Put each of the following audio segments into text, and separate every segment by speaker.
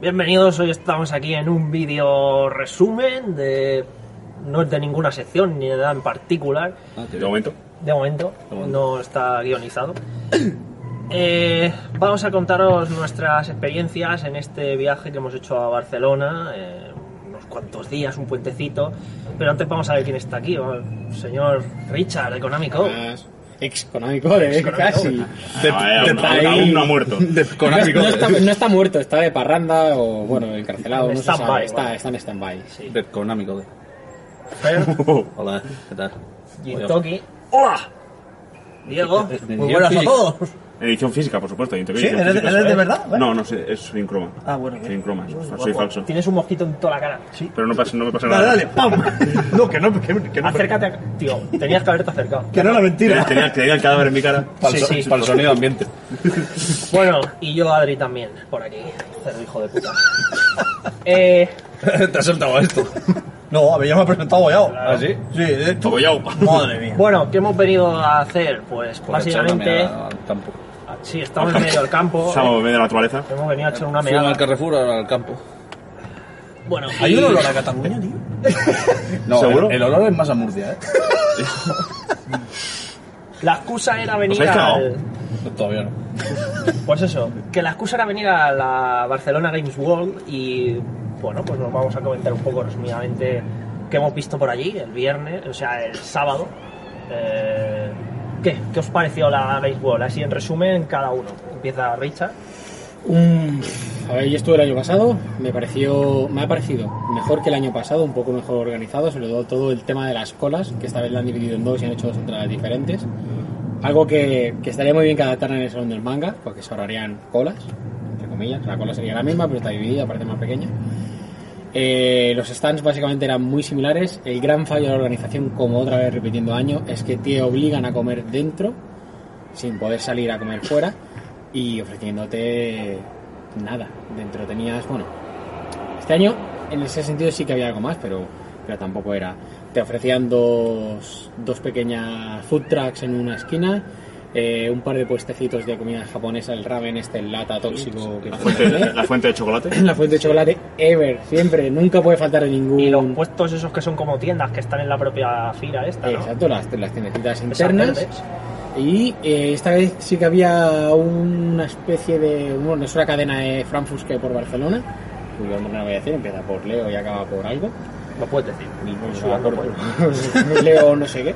Speaker 1: Bienvenidos, hoy estamos aquí en un vídeo resumen de... No es de ninguna sección ni de nada en particular.
Speaker 2: Ah, qué
Speaker 3: De
Speaker 2: bien.
Speaker 3: momento.
Speaker 1: De momento,
Speaker 2: De momento.
Speaker 1: no está guionizado. Eh, vamos a contaros nuestras experiencias en este viaje que hemos hecho a Barcelona. eh, unos cuantos días, un puentecito. Pero antes vamos a ver quién está aquí. El señor Richard, económico.
Speaker 4: Más Económico, eh, casi.
Speaker 2: De-
Speaker 3: Ah,
Speaker 2: de-
Speaker 3: aún no-
Speaker 2: ahí-
Speaker 3: aún no ha muerto.
Speaker 2: de- con amigos.
Speaker 4: No, está, no está muerto, está de parranda o, bueno, encarcelado,
Speaker 1: En
Speaker 4: no se sabe,
Speaker 1: stand-by,
Speaker 4: está,
Speaker 1: vale.
Speaker 4: está en stand-by.
Speaker 1: Sí.
Speaker 2: De- con amigos.
Speaker 1: Fer,
Speaker 2: Hola, ¿qué tal?
Speaker 1: Gintoki,
Speaker 5: ¡Hola!
Speaker 1: Diego.
Speaker 5: Muy buenas a todos.
Speaker 3: Edición física, por supuesto. edición
Speaker 5: ¿Sí?
Speaker 3: física,
Speaker 5: ¿Eres-
Speaker 3: física,
Speaker 5: eres de
Speaker 3: ¿sabes?
Speaker 5: verdad? Vale.
Speaker 3: No, no sé, es sin croma.
Speaker 5: Ah, bueno, bien.
Speaker 3: Sin croma,
Speaker 5: Muy
Speaker 3: soy
Speaker 5: guapo.
Speaker 3: falso.
Speaker 1: Tienes un mosquito en toda la cara.
Speaker 3: Pero no, pasa, no me pasa
Speaker 5: Dale,
Speaker 3: nada.
Speaker 5: dale, pam. No, que no, que, que no.
Speaker 1: Acércate, a- tío. Tenías que haberte acercado.
Speaker 5: Que no era
Speaker 3: Tenía,
Speaker 5: mentira.
Speaker 3: tenía- tenía el cadáver en mi cara.
Speaker 1: Sí, sí.
Speaker 2: Para el Este, sonido ambiente.
Speaker 1: Bueno, y yo Adri también, por aquí, cerdo hijo de puta. Eh,
Speaker 2: Te has soltado esto.
Speaker 5: No, a ver, ya me ha presentado Goyao.
Speaker 2: ¿Ah, sí?
Speaker 5: Sí, eh, tú.
Speaker 3: Goyao.
Speaker 5: Madre mía.
Speaker 1: bueno, ¿qué hemos venido a hacer? Pues
Speaker 2: Por echar una
Speaker 1: básicamente,
Speaker 2: meada, Tampoco.
Speaker 1: sí, estamos en medio del campo,
Speaker 3: Estamos en medio de la naturaleza.
Speaker 1: hemos venido a echar una
Speaker 2: Fuimos al
Speaker 1: meada.
Speaker 2: Carrefour o al campo.
Speaker 1: Bueno,
Speaker 5: Hay
Speaker 1: y-
Speaker 5: un olor a Cataluña, tío.
Speaker 2: No,
Speaker 3: ¿Seguro?
Speaker 2: El, el olor es más a Murcia, ¿eh?
Speaker 1: la excusa era venir
Speaker 3: habéis cagado?
Speaker 1: al,
Speaker 2: No, todavía no.
Speaker 1: pues eso, que la excusa era venir a la Barcelona Games World y bueno, pues nos vamos a comentar un poco resumidamente qué hemos visto por allí el viernes, o sea, el sábado. Eh, ¿qué, ¿Qué os pareció la Games World? Así en resumen, cada uno. Empieza Richard.
Speaker 4: Mm, a ver, yo estuve el año pasado, me pareció, me ha parecido mejor que el año pasado, un poco mejor organizado, sobre todo todo el tema de las colas, que esta vez la han dividido en dos y han hecho dos entradas diferentes. Algo que, que estaría muy bien que adaptaran en el salón del manga, porque se ahorrarían colas, entre comillas. La cola sería la misma, pero está dividida, parece más pequeña. Eh, los stands básicamente eran muy similares. El gran fallo de la organización, como otra vez repitiendo año, es que te obligan a comer dentro sin poder salir a comer fuera y ofreciéndote nada. Dentro tenías, bueno, este año en ese sentido sí que había algo más, pero, pero tampoco era. Te ofrecían dos, dos pequeñas food trucks en una esquina. eh, un par de puestecitos de comida japonesa, el ramen este, el lata tóxico que
Speaker 3: La fuente,
Speaker 4: tiene.
Speaker 3: Eh, la fuente de chocolate.
Speaker 4: La fuente de chocolate, ever, siempre, nunca puede faltar de ningún.
Speaker 1: Y los puestos esos que son como tiendas que están en la propia fila esta, ¿no?
Speaker 4: Exacto, las, las tiendecitas
Speaker 1: Esas
Speaker 4: internas.
Speaker 1: verdes.
Speaker 4: Y eh, esta vez sí que había una especie de. Bueno, es una cadena de Frankfurt que hay por Barcelona, cuyo nombre no voy a decir, empieza por Leo y acaba por algo.
Speaker 1: Lo puedes decir.
Speaker 4: Acaba por- Leo no sé qué.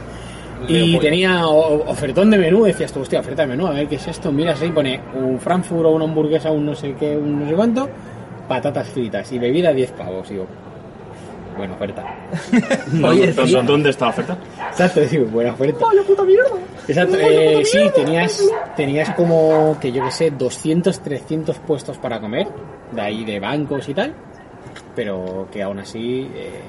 Speaker 4: Y
Speaker 2: Leopoldo.
Speaker 4: tenía o- ofertón de menú, decías tú, hostia, oferta de menú, a ver qué es esto. Miras ahí, pone un Frankfurt o una hamburguesa, un no sé qué, un no sé cuánto, patatas fritas y bebida 10 pavos. Digo, buena oferta.
Speaker 1: Oye,
Speaker 3: ¿Dó-
Speaker 1: sí.
Speaker 3: dó- ¿Dónde está la oferta?
Speaker 4: Exacto, digo, buena oferta.
Speaker 1: ¡Vaya puta mierda!
Speaker 4: Exacto, eh, sí, tenías, tenías como, que yo que sé, 200, 300 puestos para comer, de ahí de bancos y tal, pero que aún así eh,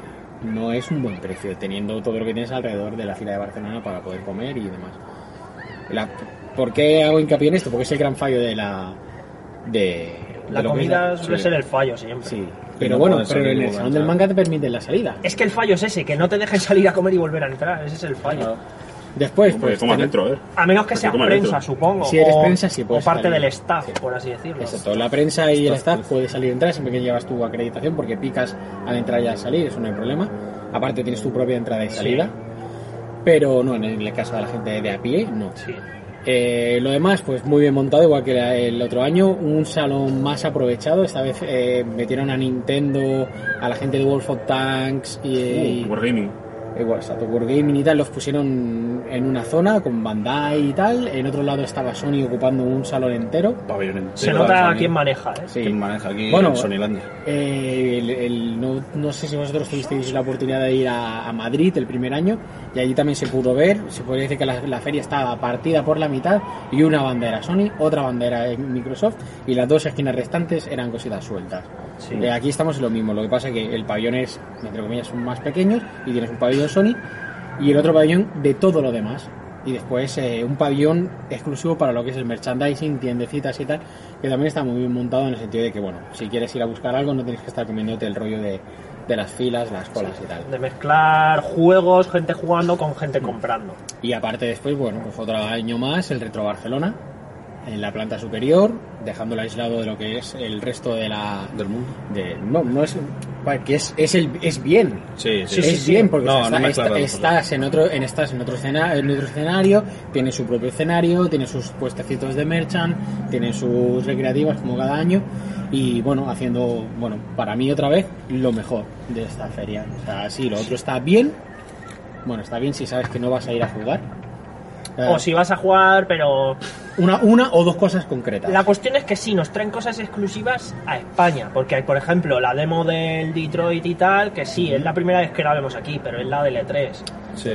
Speaker 4: no es un buen precio, teniendo todo lo que tienes alrededor de la fila de Barcelona para poder comer y demás. La- ¿Por qué hago hincapié en esto? Porque es el gran fallo de la... De,
Speaker 1: La
Speaker 4: de lo que es
Speaker 1: comida suele
Speaker 2: sí.
Speaker 1: ser el fallo siempre.
Speaker 4: Sí,
Speaker 2: Y
Speaker 4: pero
Speaker 2: no
Speaker 4: bueno,
Speaker 2: puedes
Speaker 4: pero
Speaker 2: salir
Speaker 4: en
Speaker 2: y
Speaker 4: el
Speaker 2: volver a
Speaker 4: salón del
Speaker 2: entrar.
Speaker 4: manga te permiten la salida.
Speaker 1: Es que el fallo es ese, que no te dejen salir a comer y volver a entrar. Ese es el fallo.
Speaker 4: Después,
Speaker 3: Porque
Speaker 4: pues...
Speaker 3: comas
Speaker 4: tenem-
Speaker 3: dentro, ¿eh?
Speaker 1: A menos que
Speaker 3: Porque
Speaker 1: seas
Speaker 3: comas
Speaker 1: prensa,
Speaker 3: dentro.
Speaker 1: supongo.
Speaker 4: Si eres
Speaker 1: o,
Speaker 4: prensa, sí
Speaker 1: O
Speaker 4: puedes
Speaker 1: parte
Speaker 4: salir.
Speaker 1: del staff,
Speaker 4: Sí.
Speaker 1: por así decirlo.
Speaker 4: Exacto, la prensa y el staff puede salir y entrar siempre que llevas tu acreditación porque picas al entrar y al salir, eso no hay problema. Aparte tienes tu propia entrada y salida, pero no en el caso de la gente de a pie, no.
Speaker 1: Sí.
Speaker 4: Eh, lo demás, pues muy bien montado, igual que la- el otro año, un salón más aprovechado, esta vez eh, metieron a Nintendo, a la gente de Wolf of Tanks y... y-
Speaker 3: Uh, Wargaming.
Speaker 4: Igual, exacto, Wargaming y tal, los pusieron en una zona con Bandai y tal, en otro lado estaba Sony ocupando un salón entero.
Speaker 2: Pabellón entero.
Speaker 1: Se nota
Speaker 2: Sony.
Speaker 1: quién maneja, ¿eh?
Speaker 4: Sí.
Speaker 2: ¿Quién maneja aquí
Speaker 4: Bueno,
Speaker 2: en Sonylandia?
Speaker 4: Eh, el- el- no, no sé si vosotros tuvisteis la oportunidad de ir a, a Madrid el primer año y allí también se pudo ver, se podría decir que la, la feria estaba partida por la mitad y una bandera Sony, otra bandera eh, Microsoft y las dos esquinas restantes eran cositas sueltas.
Speaker 1: Sí.
Speaker 4: Eh, aquí estamos en lo mismo, lo que pasa es que el pabellón es, entre comillas, son más pequeños y tienes un pabellón Sony y el otro pabellón de todo lo demás. Y después eh, un pabellón exclusivo para lo que es el merchandising, tiendecitas y tal, que también está muy bien montado en el sentido de que, bueno, si quieres ir a buscar algo no tienes que estar comiéndote el rollo de, de las filas, las colas y tal.
Speaker 1: De mezclar juegos, gente
Speaker 2: Mm.
Speaker 1: jugando con gente comprando.
Speaker 4: Y aparte después, bueno, pues otro año más, el Retro Barcelona, en la planta superior, dejándolo aislado de lo que es el resto de la...
Speaker 2: Del mundo.
Speaker 4: de- no, no es... Que es, es, el, es bien.
Speaker 2: Sí, sí.
Speaker 4: es bien, porque
Speaker 2: No,
Speaker 4: está-
Speaker 2: no me
Speaker 4: está-
Speaker 2: aclaro,
Speaker 4: estás, en otro, en, estás en, otro escena- en otro escenario, tiene su propio escenario, tiene sus puestecitos de merchant, tiene sus recreativas como cada año y bueno, haciendo, bueno, para mí otra vez, lo mejor de esta feria. O sea, sí, lo otro está bien, bueno, está bien si sabes que no vas a ir a jugar. Eh,
Speaker 1: O si vas a jugar, pero
Speaker 4: una, una o dos cosas concretas.
Speaker 1: La cuestión es que sí, nos traen cosas exclusivas a España, porque hay, por ejemplo, la demo del Detroit y tal, que sí, es la primera vez que la vemos aquí, pero es la del E3.
Speaker 2: Sí.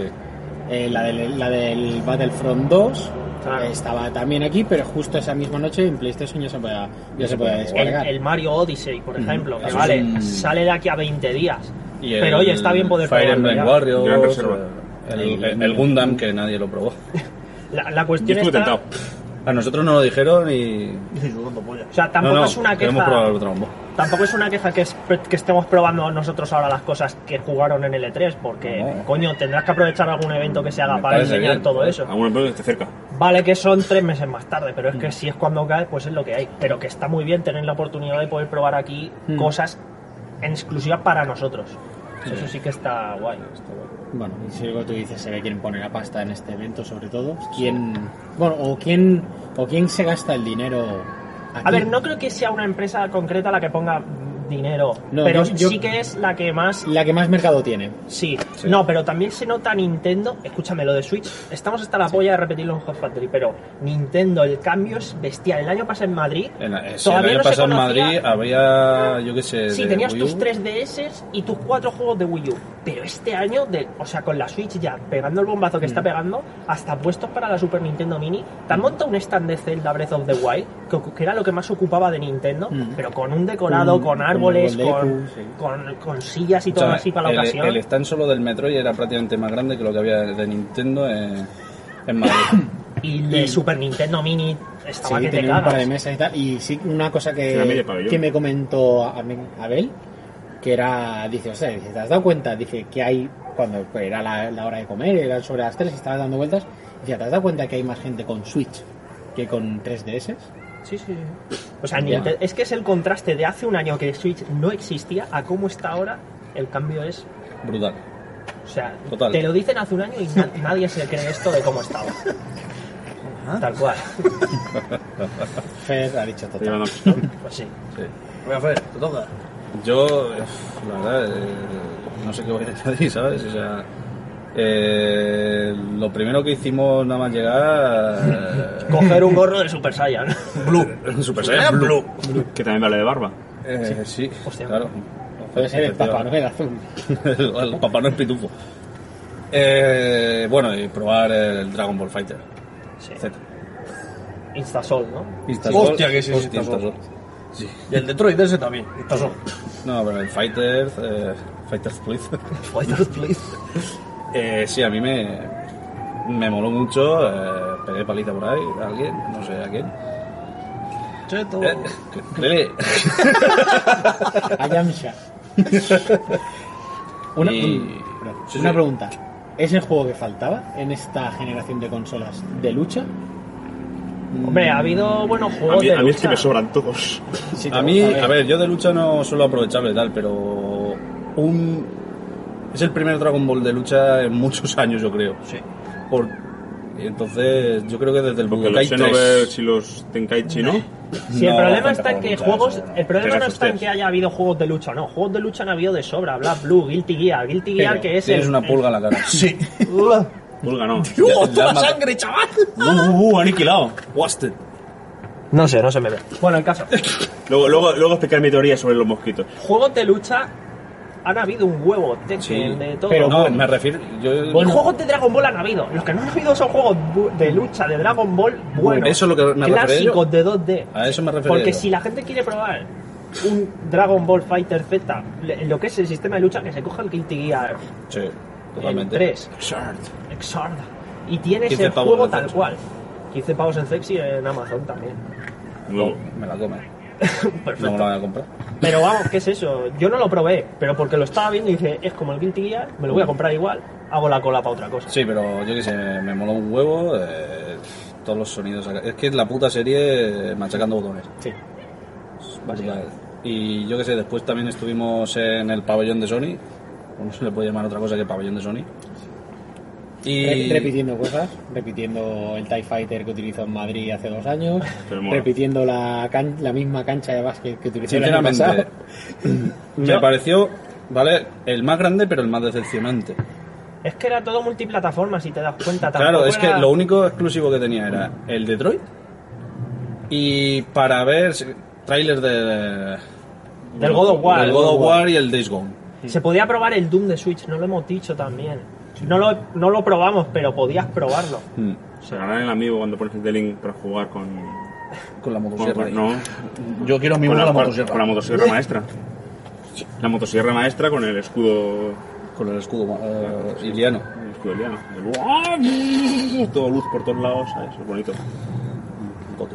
Speaker 4: Eh, la, del, la del Battlefront 2
Speaker 1: Claro.
Speaker 4: eh, estaba también aquí, pero justo esa misma noche en PlayStation ya se podía, ya se podía
Speaker 1: El,
Speaker 4: descargar.
Speaker 1: el Mario Odyssey, por ejemplo, que
Speaker 2: Eso
Speaker 1: vale,
Speaker 2: es un-
Speaker 1: sale de aquí a 20 días.
Speaker 2: Y el
Speaker 1: Pero oye, está bien poder probarlo
Speaker 2: Fire Emblem
Speaker 1: ya.
Speaker 3: Gran
Speaker 2: Warriors,
Speaker 3: reserva.
Speaker 2: el, el- el Gundam que nadie lo probó.
Speaker 1: La, la
Speaker 3: Yo
Speaker 1: cuestión
Speaker 3: estuve
Speaker 1: es.
Speaker 3: tentado.
Speaker 2: A nosotros no lo dijeron y...
Speaker 1: O sea, tampoco
Speaker 2: no, no,
Speaker 1: es una
Speaker 2: queremos probar
Speaker 1: queja.
Speaker 2: el trombo.
Speaker 1: Tampoco es una queja que, es- que estemos probando nosotros ahora las cosas que jugaron en el E3, porque,
Speaker 2: No.
Speaker 1: coño, tendrás que aprovechar algún evento que se haga
Speaker 2: Me
Speaker 1: para
Speaker 2: parece
Speaker 1: enseñar
Speaker 2: bien.
Speaker 1: todo eso.
Speaker 3: Algunos que esté cerca.
Speaker 1: Vale que son tres meses más tarde, pero es
Speaker 2: Mm.
Speaker 1: que si es cuando cae, pues es lo que hay. Pero que está muy bien tener la oportunidad de poder probar aquí
Speaker 4: Mm.
Speaker 1: cosas en exclusiva para nosotros. Eso sí que está guay.
Speaker 4: Bueno, y si luego tú dices, se ve quién pone la pasta en este evento, sobre todo. ¿Quién, bueno, o quién, o quién se gasta el dinero aquí?
Speaker 1: A ver, no creo que sea una empresa concreta la que ponga dinero,
Speaker 4: No,
Speaker 1: pero
Speaker 4: yo- yo-
Speaker 1: sí que es la que más...
Speaker 4: La que más mercado tiene.
Speaker 1: Sí.
Speaker 2: Sí.
Speaker 1: no, pero también se nota Nintendo, escúchame, lo de Switch, estamos hasta la polla de repetirlo en Hot Factory, pero Nintendo, el cambio es bestial. El año pasado en Madrid,
Speaker 2: En la- eh, si el
Speaker 1: Todavía
Speaker 2: año
Speaker 1: no se
Speaker 2: pasado en
Speaker 1: conocía-
Speaker 2: Madrid había, yo qué sé,
Speaker 1: Sí,
Speaker 2: de
Speaker 1: tenías
Speaker 2: Wii
Speaker 1: tus
Speaker 2: U.
Speaker 1: 3DS y tus cuatro juegos de Wii U. Pero este año, de, o sea, con la Switch ya pegando el bombazo que
Speaker 2: Mm.
Speaker 1: está pegando, hasta puestos para la Super Nintendo Mini, te han montado un stand de Zelda Breath of the Wild, que, ocu- que era lo que más ocupaba de Nintendo,
Speaker 4: Mm.
Speaker 1: pero con un decorado,
Speaker 2: Mm,
Speaker 4: Con-
Speaker 1: con,
Speaker 4: con
Speaker 1: árboles,
Speaker 4: un Godeku,
Speaker 1: con,
Speaker 4: sí.
Speaker 1: con- con sillas y
Speaker 2: O
Speaker 1: todo
Speaker 2: sea,
Speaker 1: así para la
Speaker 2: el,
Speaker 1: ocasión.
Speaker 2: el stand solo del Metroid era prácticamente más grande que lo que había de Nintendo en, en Madrid.
Speaker 1: y de Super Nintendo Mini
Speaker 4: Sí,
Speaker 1: estaba que te
Speaker 4: tenía un par de
Speaker 1: Ah, cagas.
Speaker 4: mesas y tal. Y sí, una cosa
Speaker 3: Sí, la media
Speaker 4: que,
Speaker 3: pabellón.
Speaker 4: que me comentó a- a- Abel, que era, dice, o sea, dice, ¿te has dado cuenta? Dice, que hay, cuando pues, era la, la hora de comer, era sobre las 3, estabas dando vueltas, dice, ¿te has dado cuenta que hay más gente con Switch que con 3DS?
Speaker 1: Sí, sí. O sea,
Speaker 4: Ya.
Speaker 1: Ninte- es que es el contraste de hace un año que Switch no existía a cómo está ahora. El cambio es
Speaker 2: Brutal.
Speaker 1: O sea,
Speaker 2: Total.
Speaker 1: te lo dicen hace un año y na- nadie se cree esto de cómo estaba. Tal cual.
Speaker 4: Fer ha dicho
Speaker 3: Te
Speaker 4: total.
Speaker 3: llevan a-
Speaker 1: Pues sí.
Speaker 2: Sí.
Speaker 5: Venga, Fer, te toca.
Speaker 2: Yo, eh, la verdad, eh, no sé qué voy a decir, ¿sabes? O sea, eh, lo primero que hicimos nada más llegar... eh,
Speaker 1: Coger un gorro de Super Saiyan.
Speaker 2: Blue. Super
Speaker 5: Era
Speaker 2: Saiyan Pues Blue.
Speaker 3: Que también vale de barba.
Speaker 2: Eh, sí,
Speaker 1: Hostia.
Speaker 2: claro.
Speaker 4: Puede ser el Papá Noel azul.
Speaker 2: el, el Papá Noel Pitufo. Eh, bueno, y probar el Dragon Ball Fighter.
Speaker 1: Sí.
Speaker 2: etc.
Speaker 1: Instasol, ¿no?
Speaker 2: Instasol.
Speaker 5: Hostia, que sí, sí,
Speaker 2: Hostia,
Speaker 5: Instasol.
Speaker 2: Instasol.
Speaker 5: Y el Detroit ese también. Estos
Speaker 2: No, pero el Fighter, eh, Fighter Split.
Speaker 1: Fighters, please.
Speaker 2: Eh, sí, a mí me, me moló mucho. eh, pegué paliza por ahí a alguien, no sé a quién.
Speaker 5: Cheto.
Speaker 2: Eh, Lele.
Speaker 4: Ayamsha. una,
Speaker 2: Y-
Speaker 4: un- perdón,
Speaker 2: sí,
Speaker 4: una
Speaker 2: sí.
Speaker 4: pregunta. ¿Es el juego que faltaba en esta generación de consolas de lucha?
Speaker 1: Hombre, ha habido buenos
Speaker 3: A
Speaker 1: juegos
Speaker 3: mí,
Speaker 1: de
Speaker 3: a mí es que
Speaker 1: lucha.
Speaker 3: me sobran todos.
Speaker 4: Si te
Speaker 2: A mí,
Speaker 4: gusta,
Speaker 2: a ver, yo de lucha no suelo aprovecharlo y tal, pero un es el primer Dragon Ball de lucha en muchos años, yo creo.
Speaker 5: Sí.
Speaker 2: Por y entonces, yo creo que desde el
Speaker 3: Porque
Speaker 2: Budokai
Speaker 3: los
Speaker 2: 3
Speaker 3: Xenoverse y los Tenkaichi no.
Speaker 1: Si el
Speaker 2: no
Speaker 1: problema
Speaker 2: cuenta
Speaker 1: está en
Speaker 2: como
Speaker 1: que
Speaker 2: lucha,
Speaker 1: juegos.
Speaker 2: eso no.
Speaker 1: El problema
Speaker 3: Te
Speaker 1: no está en
Speaker 3: asustes.
Speaker 1: que haya habido juegos de lucha, no. Juegos de lucha han habido de sobra. Bla, Blue, Guilty Gear. Guilty Gear
Speaker 4: Pero
Speaker 1: que es.
Speaker 2: tienes
Speaker 1: el-
Speaker 2: una pulga en la cara.
Speaker 5: Sí.
Speaker 3: Pulga no.
Speaker 5: ¡Uh,
Speaker 2: ya
Speaker 5: toda
Speaker 2: mata-
Speaker 5: sangre, chaval!
Speaker 2: Uh, uh, uh, aniquilado. Wasted.
Speaker 1: No sé, no se me ve. Bueno, en caso.
Speaker 3: Luego, luego, luego explicaré mi teoría sobre los mosquitos.
Speaker 1: juegos de lucha han habido un huevo. Tekken, de todo.
Speaker 4: Pero
Speaker 2: no,
Speaker 4: bueno.
Speaker 2: me refiero yo
Speaker 1: Bueno, juegos de Dragon Ball han habido. Los que no han habido son juegos bu- de lucha de Dragon Ball buenos.
Speaker 2: eso es lo que me refería
Speaker 1: Clásicos de 2D.
Speaker 2: a eso me refiero.
Speaker 1: Porque
Speaker 2: yo.
Speaker 1: si la gente quiere probar un Dragon Ball Fighter Z, le- lo que es el sistema de lucha, que se coja el Guilty Gear
Speaker 2: Sí,
Speaker 1: el
Speaker 2: totalmente.
Speaker 1: 3,
Speaker 2: Shard.
Speaker 1: Exard, y tienes
Speaker 2: 15
Speaker 1: el
Speaker 2: pavos
Speaker 1: juego
Speaker 2: en
Speaker 1: tal
Speaker 2: Zepsi.
Speaker 1: cual. 15 pavos en Zepsi en Amazon también.
Speaker 3: Luego.
Speaker 2: Me la come. No
Speaker 1: Perfecto.
Speaker 2: me la voy a comprar.
Speaker 1: Pero vamos, ¿qué es eso? Yo no lo probé, pero porque lo estaba viendo y dije, es como el Guilty Gear, me lo voy a comprar igual, hago la cola para otra cosa.
Speaker 2: Sí, pero yo qué sé, me moló un huevo. eh, todos los sonidos. acá. Es que es la puta serie eh, machacando botones.
Speaker 4: Sí.
Speaker 2: Brutal. Y yo qué sé, después también estuvimos en el pabellón de Sony, o no se le puede llamar otra cosa que pabellón de Sony.
Speaker 4: Re-
Speaker 2: Y
Speaker 4: Repitiendo cosas, repitiendo el TIE Fighter que utilizó en Madrid hace dos años,
Speaker 3: Pero mola.
Speaker 4: repitiendo la, can- la misma cancha de básquet que utilizó el año pasado.
Speaker 2: sinceramente, me
Speaker 1: Yo-
Speaker 2: pareció, ¿vale? El más grande, pero el más decepcionante.
Speaker 1: Es que era todo multiplataforma, si te das cuenta.
Speaker 2: Claro,
Speaker 1: tampoco
Speaker 2: es que
Speaker 1: era-
Speaker 2: lo único exclusivo que tenía era el Detroit y para ver si- trailers de,
Speaker 1: Del God of War.
Speaker 2: del God of War y el Days Gone.
Speaker 1: Se podía probar el Doom de Switch, no lo hemos dicho también. No lo, no lo probamos, pero podías probarlo.
Speaker 2: Mm,
Speaker 3: Se ganará el amigo cuando pones el link para jugar con.
Speaker 2: Con la
Speaker 3: con-
Speaker 2: motosierra.
Speaker 3: con-
Speaker 2: ahí.
Speaker 3: no,
Speaker 5: Yo quiero mi
Speaker 3: con
Speaker 5: mano
Speaker 3: la,
Speaker 5: la
Speaker 3: con-
Speaker 5: motosierra.
Speaker 3: con la motosierra maestra. La motosierra maestra con el escudo.
Speaker 2: Con el escudo eh, iliano.
Speaker 3: El escudo liano. El- Todo luz por todos lados, ¿sabes? Es bonito.
Speaker 2: Coque.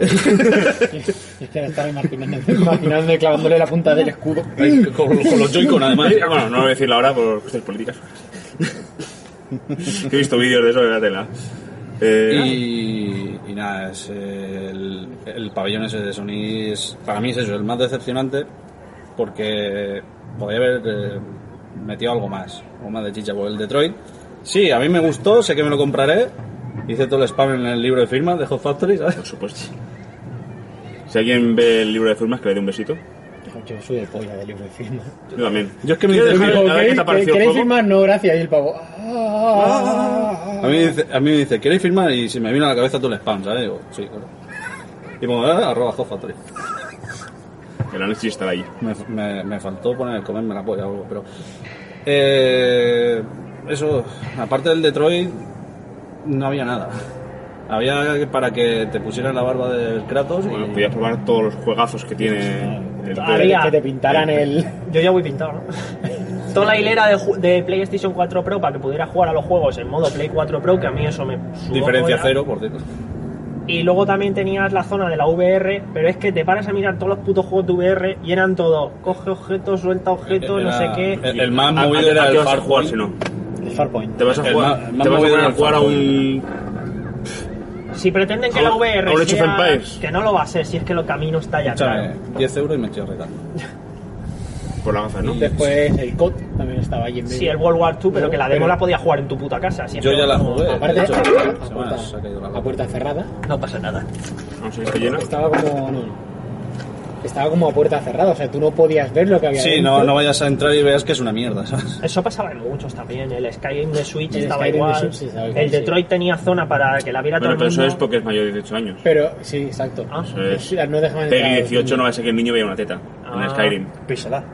Speaker 4: Es que estaba imaginando, imaginando y clavándole la punta del escudo.
Speaker 2: Ahí, Con, con los Joy-Con además.
Speaker 3: Bueno, no lo voy a decir ahora por cuestiones políticas. He visto vídeos de eso de la tela. Eh,
Speaker 2: Y, y nada, es, eh, el, el pabellón ese de Sony es, para mí es eso, el más decepcionante porque podría haber eh, metido algo más, o más de chicha por el Detroit. Sí, a mí me gustó, sé que me lo compraré. Hice todo el spam en el libro de firmas de Hot Factory, ¿sabes?
Speaker 3: Por supuesto. Si alguien ve el libro de firmas, que le dé un besito.
Speaker 4: Yo soy de polla de libro de firma.
Speaker 3: Yo también.
Speaker 2: Yo es que me
Speaker 3: Quiero
Speaker 2: dice,
Speaker 3: dejar-
Speaker 2: mira,
Speaker 3: a ver qué te ha parecido el
Speaker 4: ¿Queréis
Speaker 3: juego.
Speaker 4: firmar? No, gracias. Y el pavo. "Ah".
Speaker 2: A mí, me dice, a mí me dice, ¿queréis firmar? Y se me vino a la cabeza todo el spam, ¿sabes? Digo, sí, claro. Y pongo, "Ah, arroba Hot Factory.
Speaker 3: El análisis estará ahí.
Speaker 2: Me, me- me faltó poner comerme la polla o algo, pero. Eh, eso, aparte del Detroit, no había nada. Había para que te pusieran la barba del Kratos y.
Speaker 3: Bueno, podías probar todos los juegazos que tiene el
Speaker 1: Había-
Speaker 4: Que te pintaran el.
Speaker 1: Yo ya voy pintado, ¿no? Toda la hilera de, ju- de PlayStation 4 Pro para que pudiera jugar a los juegos en modo Play 4 Pro, que a mí eso me sudó
Speaker 2: diferencia
Speaker 1: polla.
Speaker 2: cero, por cierto.
Speaker 1: Y luego también tenías la zona de la VR, pero es que te paras a mirar todos los putos juegos de VR y eran todo, coge objetos, suelta objetos, no
Speaker 2: Era-
Speaker 1: sé qué.
Speaker 2: El- el más
Speaker 3: ¿A- a-
Speaker 2: movido
Speaker 3: a
Speaker 2: era
Speaker 3: qué
Speaker 2: el
Speaker 3: Ah, vas a
Speaker 2: Farpoint.
Speaker 3: jugar, si no.
Speaker 4: El Farpoint.
Speaker 3: Te vas a
Speaker 2: El
Speaker 3: jugar,
Speaker 2: más- más
Speaker 3: te vas a,
Speaker 2: movido
Speaker 3: poner
Speaker 2: era
Speaker 3: a
Speaker 2: el
Speaker 3: jugar a un.
Speaker 1: Si pretenden que
Speaker 3: Ahora-
Speaker 1: la VR
Speaker 3: ahora he hecho
Speaker 1: sea-
Speaker 3: Vampires.
Speaker 1: que no lo va a ser, si es que el camino está ya claro.
Speaker 2: Escúchame, 10 euros y me estoy arreglando.
Speaker 3: Por la gafa, ¿no?
Speaker 4: Después el COD también estaba ahí en medio.
Speaker 1: Sí, el World War 2, pero que la demo
Speaker 4: Pero-
Speaker 1: la podías jugar en tu puta casa. si es
Speaker 2: Yo
Speaker 1: que
Speaker 2: ya la
Speaker 1: no-
Speaker 2: jugué.
Speaker 4: Aparte,
Speaker 2: de hecho,
Speaker 4: a,
Speaker 2: se me
Speaker 4: puerta,
Speaker 2: ha- se ha caído la
Speaker 4: a
Speaker 2: barba.
Speaker 4: puerta cerrada.
Speaker 1: No pasa nada.
Speaker 3: No sé si está llena.
Speaker 4: Estaba como. no, no. Estaba como a puerta cerrada. O sea, tú no podías ver lo que había.
Speaker 2: Sí,
Speaker 4: dentro.
Speaker 2: no, no vayas a entrar y veas que es una mierda, ¿sabes?
Speaker 1: Eso pasaba en muchos también. El Skyrim de Switch
Speaker 4: El
Speaker 1: estaba
Speaker 4: Skyrim de
Speaker 1: igual.
Speaker 4: Switch estaba igual,
Speaker 1: el
Speaker 4: sí.
Speaker 1: Detroit tenía zona para que la viera
Speaker 3: Bueno,
Speaker 1: todo
Speaker 3: pero
Speaker 1: el
Speaker 3: eso
Speaker 1: mundo.
Speaker 3: es porque es mayor de 18 años.
Speaker 4: Pero sí, exacto.
Speaker 1: Ah,
Speaker 3: Eso es.
Speaker 4: Sí, no dejaban entrar
Speaker 3: Peggy
Speaker 4: a los
Speaker 3: 18 no va
Speaker 4: niños.
Speaker 3: a ser que el niño vea una teta
Speaker 1: Ah.
Speaker 3: en Skyrim.
Speaker 5: Písala.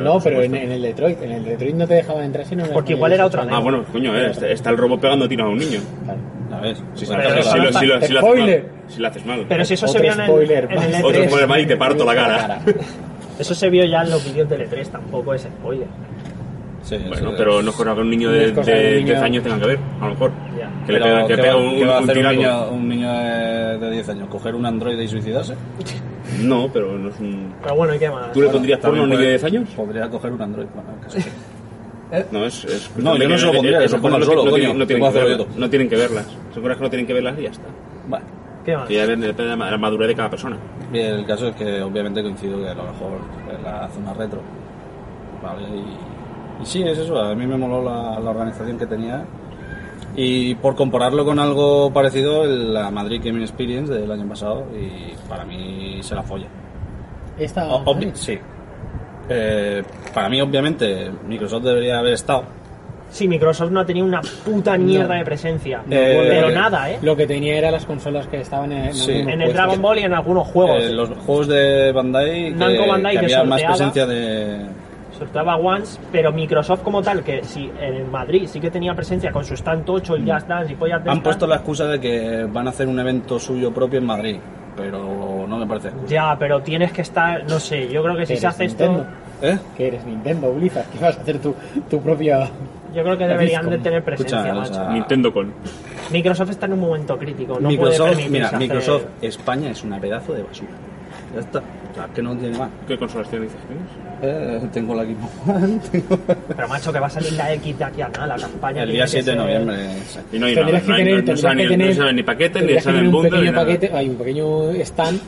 Speaker 4: No, pero en,
Speaker 3: Supuesto.
Speaker 4: en el Detroit. En el Detroit no te dejaban entrar sino en el
Speaker 1: Porque
Speaker 4: mayor
Speaker 1: igual
Speaker 4: de
Speaker 1: era
Speaker 4: 18
Speaker 1: otra
Speaker 3: Ah, bueno, coño, eh, está, está el robot pegando tiros a un niño.
Speaker 4: Claro.
Speaker 2: La ves.
Speaker 3: Si,
Speaker 2: Bueno,
Speaker 1: pero
Speaker 3: si- si lo- si lo- si lo haces
Speaker 4: Spoiler.
Speaker 3: mal. Si lo haces mal.
Speaker 1: Pero si eso
Speaker 4: Otro
Speaker 1: se vio en el,
Speaker 4: spoiler,
Speaker 1: en el
Speaker 4: más.
Speaker 1: E3.
Speaker 3: Otro spoiler mal y te parto la cara.
Speaker 1: Eso se vio ya en los vídeos del E3, tampoco es spoiler.
Speaker 2: Sí,
Speaker 3: Bueno,
Speaker 2: sí,
Speaker 3: pero no es cosa que un niño
Speaker 4: No
Speaker 3: de,
Speaker 4: es cosa
Speaker 3: de
Speaker 4: que un niño-
Speaker 3: 10 años tenga que ver, a lo mejor.
Speaker 1: Ya.
Speaker 3: Que le
Speaker 2: Pero,
Speaker 3: pega, que
Speaker 2: ¿qué
Speaker 3: pega
Speaker 2: va-
Speaker 3: un,
Speaker 2: qué va a
Speaker 3: un
Speaker 2: hacer un
Speaker 3: tiraco.
Speaker 2: niño, un niño de, de 10 años? ¿Coger un androide y suicidarse?
Speaker 3: No, pero no es un.
Speaker 1: Pero bueno, ¿y qué más?
Speaker 3: ¿Tú le pondrías porno a un niño de
Speaker 2: También
Speaker 3: 10 años?
Speaker 2: pues, Podría coger un androide. Bueno, en caso que-
Speaker 3: No, es. es
Speaker 2: No, yo no
Speaker 3: que-
Speaker 2: se lo pondría, que
Speaker 3: esas
Speaker 2: se ponga
Speaker 3: cosas
Speaker 2: solo,
Speaker 3: no, tienen-
Speaker 2: coño,
Speaker 3: no,
Speaker 2: que
Speaker 3: tienen
Speaker 2: puedo
Speaker 3: que
Speaker 2: hacerlo
Speaker 3: verlas,
Speaker 2: yo.
Speaker 3: no tienen que verlas. Son cosas que no tienen que verlas y ya está.
Speaker 2: Bueno,
Speaker 1: ¿Qué más?
Speaker 3: Que ya depende depende de la madurez de cada persona.
Speaker 2: y el caso es que obviamente coincido que a lo mejor es la zona retro. Vale, y, y sí, es eso. A mí me moló la, la organización que tenía. Y por compararlo con algo parecido, la Madrid Gaming Experience del año pasado, y para mí se la folla.
Speaker 4: Esta.
Speaker 2: O- obvi- sí. Eh, para mí, obviamente, Microsoft debería haber estado.
Speaker 1: Sí, Microsoft no ha tenido una puta mierda de presencia.
Speaker 2: Eh,
Speaker 1: pero
Speaker 2: eh,
Speaker 1: nada, ¿eh?
Speaker 4: Lo que tenía era las consolas que estaban en, en
Speaker 2: Sí.
Speaker 4: algunos
Speaker 1: En el
Speaker 4: puestos.
Speaker 1: Dragon Ball y en algunos juegos.
Speaker 2: Eh, los juegos de Bandai que,
Speaker 1: Namco Bandai
Speaker 2: que
Speaker 1: que
Speaker 2: había más
Speaker 1: sorteaba.
Speaker 2: presencia de
Speaker 1: Soltaba Once, pero Microsoft como tal, que sí, en Madrid sí que tenía presencia con su stand 8 y Just Dance y pollas de
Speaker 2: han
Speaker 1: estas,
Speaker 2: puesto la excusa de que van a hacer un evento suyo propio en Madrid pero no me parece excusa.
Speaker 1: Ya, pero tienes que estar, no sé, yo creo que si
Speaker 4: Eres
Speaker 1: se hace esto,
Speaker 4: Nintendo,
Speaker 2: ¿Eh?
Speaker 4: Que eres Nintendo, Blizzard, que vas a hacer tu, tu propia.
Speaker 1: yo creo que
Speaker 4: La
Speaker 1: deberían de
Speaker 4: Discom.
Speaker 1: tener presencia,
Speaker 2: Escucha, o
Speaker 1: macho.
Speaker 2: sea,
Speaker 3: Nintendo con.
Speaker 1: Microsoft está en un momento crítico, no puede
Speaker 2: Microsoft,
Speaker 1: permitirse
Speaker 2: mira,
Speaker 1: hacer-
Speaker 2: Microsoft España es una pedazo de basura. Ya está. O sea, que no tiene más.
Speaker 3: ¿Qué consolas tienes? dices que tienes?
Speaker 2: Eh, tengo la equipo. tengo-
Speaker 1: Pero macho, que va a salir la X de aquí a nada, la campaña.
Speaker 2: El
Speaker 1: tiene
Speaker 2: día
Speaker 1: que
Speaker 2: 7 de
Speaker 1: ser-
Speaker 2: noviembre. sí.
Speaker 3: Y no hay nada,
Speaker 4: Tendrías
Speaker 3: no,
Speaker 4: que
Speaker 3: hay-
Speaker 4: tener,
Speaker 3: no, no
Speaker 4: tendrías que
Speaker 3: saben
Speaker 4: tener,
Speaker 3: ni- no saben ni paquetes, ni
Speaker 4: tendrías que
Speaker 3: saben
Speaker 4: tener un
Speaker 3: bundles, ni
Speaker 4: pequeño
Speaker 3: nada.
Speaker 4: paquete, hay un pequeño stand,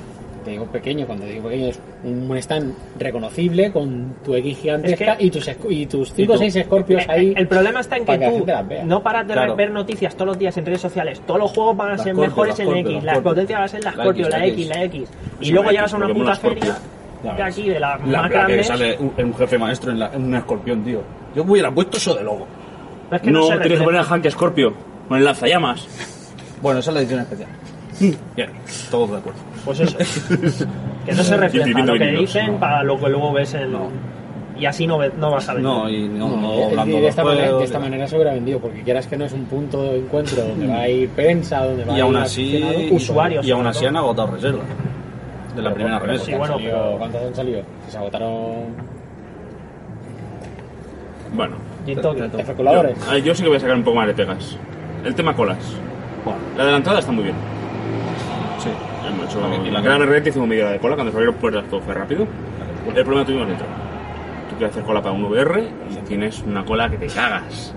Speaker 4: te digo pequeño, cuando digo pequeño es un stand reconocible con tu X gigantesca
Speaker 1: Es que-
Speaker 4: y tus escu- y tus 5 o 6 Scorpios
Speaker 1: Eh,
Speaker 4: ahí.
Speaker 1: El problema está en que
Speaker 4: para que la
Speaker 1: tú
Speaker 4: gente las vea.
Speaker 1: no paras de
Speaker 2: Claro.
Speaker 1: ver noticias todos los días en redes sociales. Todos los juegos van a
Speaker 2: Las
Speaker 1: ser
Speaker 2: Scorpio,
Speaker 1: mejores
Speaker 2: las
Speaker 1: en
Speaker 2: Scorpio,
Speaker 1: X.
Speaker 2: las
Speaker 1: Las
Speaker 2: Scorpio.
Speaker 1: potencias van a ser las
Speaker 2: La
Speaker 1: Scorpio,
Speaker 2: X,
Speaker 1: la
Speaker 2: la
Speaker 1: X,
Speaker 2: X.
Speaker 1: la X. Y
Speaker 3: Sí,
Speaker 1: luego
Speaker 3: la
Speaker 1: llegas
Speaker 3: X,
Speaker 1: a una
Speaker 3: porque
Speaker 1: puta
Speaker 3: mola Scorpio.
Speaker 1: feria
Speaker 2: Ya
Speaker 1: de
Speaker 2: ves.
Speaker 1: aquí, de las
Speaker 2: La
Speaker 1: más
Speaker 2: placa que
Speaker 1: grandes.
Speaker 2: sale un, un jefe maestro en, la- en un escorpión, tío. Yo hubiera puesto eso de logo.
Speaker 1: Pero es que no
Speaker 3: No,
Speaker 1: se
Speaker 3: tienes que
Speaker 1: refleja.
Speaker 3: poner a Hank Scorpio con el lanzallamas.
Speaker 2: Bueno, esa es la edición especial. Bien, todos de acuerdo.
Speaker 1: Pues eso. que no se refleja
Speaker 3: Viviendo
Speaker 1: lo que
Speaker 3: vinilos,
Speaker 1: dicen
Speaker 3: no.
Speaker 1: para lo que luego ves en... Y así no, ve- no vas a ver.
Speaker 2: No, y no,
Speaker 4: No,
Speaker 2: no,
Speaker 4: eh,
Speaker 2: hablando
Speaker 4: de, esta
Speaker 2: los
Speaker 4: manera,
Speaker 2: juegos,
Speaker 4: de esta
Speaker 2: ya.
Speaker 4: manera se hubiera vendido, porque quieras que no es un punto de encuentro donde va a ir prensa, donde va
Speaker 2: Y
Speaker 4: a
Speaker 2: aún
Speaker 4: ir
Speaker 2: así,
Speaker 4: aficionado.
Speaker 1: usuarios,
Speaker 2: Y aún
Speaker 1: sobre
Speaker 2: así
Speaker 1: todo.
Speaker 2: han agotado reservas. De la
Speaker 4: Pero
Speaker 2: primera
Speaker 4: bueno,
Speaker 2: remesa.
Speaker 1: sí,
Speaker 4: han
Speaker 1: bueno,
Speaker 4: salido-
Speaker 1: pero-
Speaker 4: ¿Cuántos han salido? Que se agotaron
Speaker 3: Bueno,
Speaker 1: Gin Tonic.
Speaker 2: Te- te-
Speaker 4: los
Speaker 3: yo,
Speaker 4: coladores.
Speaker 3: ah, yo sí que voy a sacar un poco más de pegas. El tema colas. La de la entrada está muy bien.
Speaker 2: Sí.
Speaker 3: Hemos hecho-
Speaker 2: La que- la
Speaker 3: la
Speaker 2: que-
Speaker 3: gran red hicimos media hora de cola, cuando se abrieron puertas todo fue rápido. El problema lo tuvimos dentro. Tú quieres hacer cola para un VR y tienes una cola que te cagas.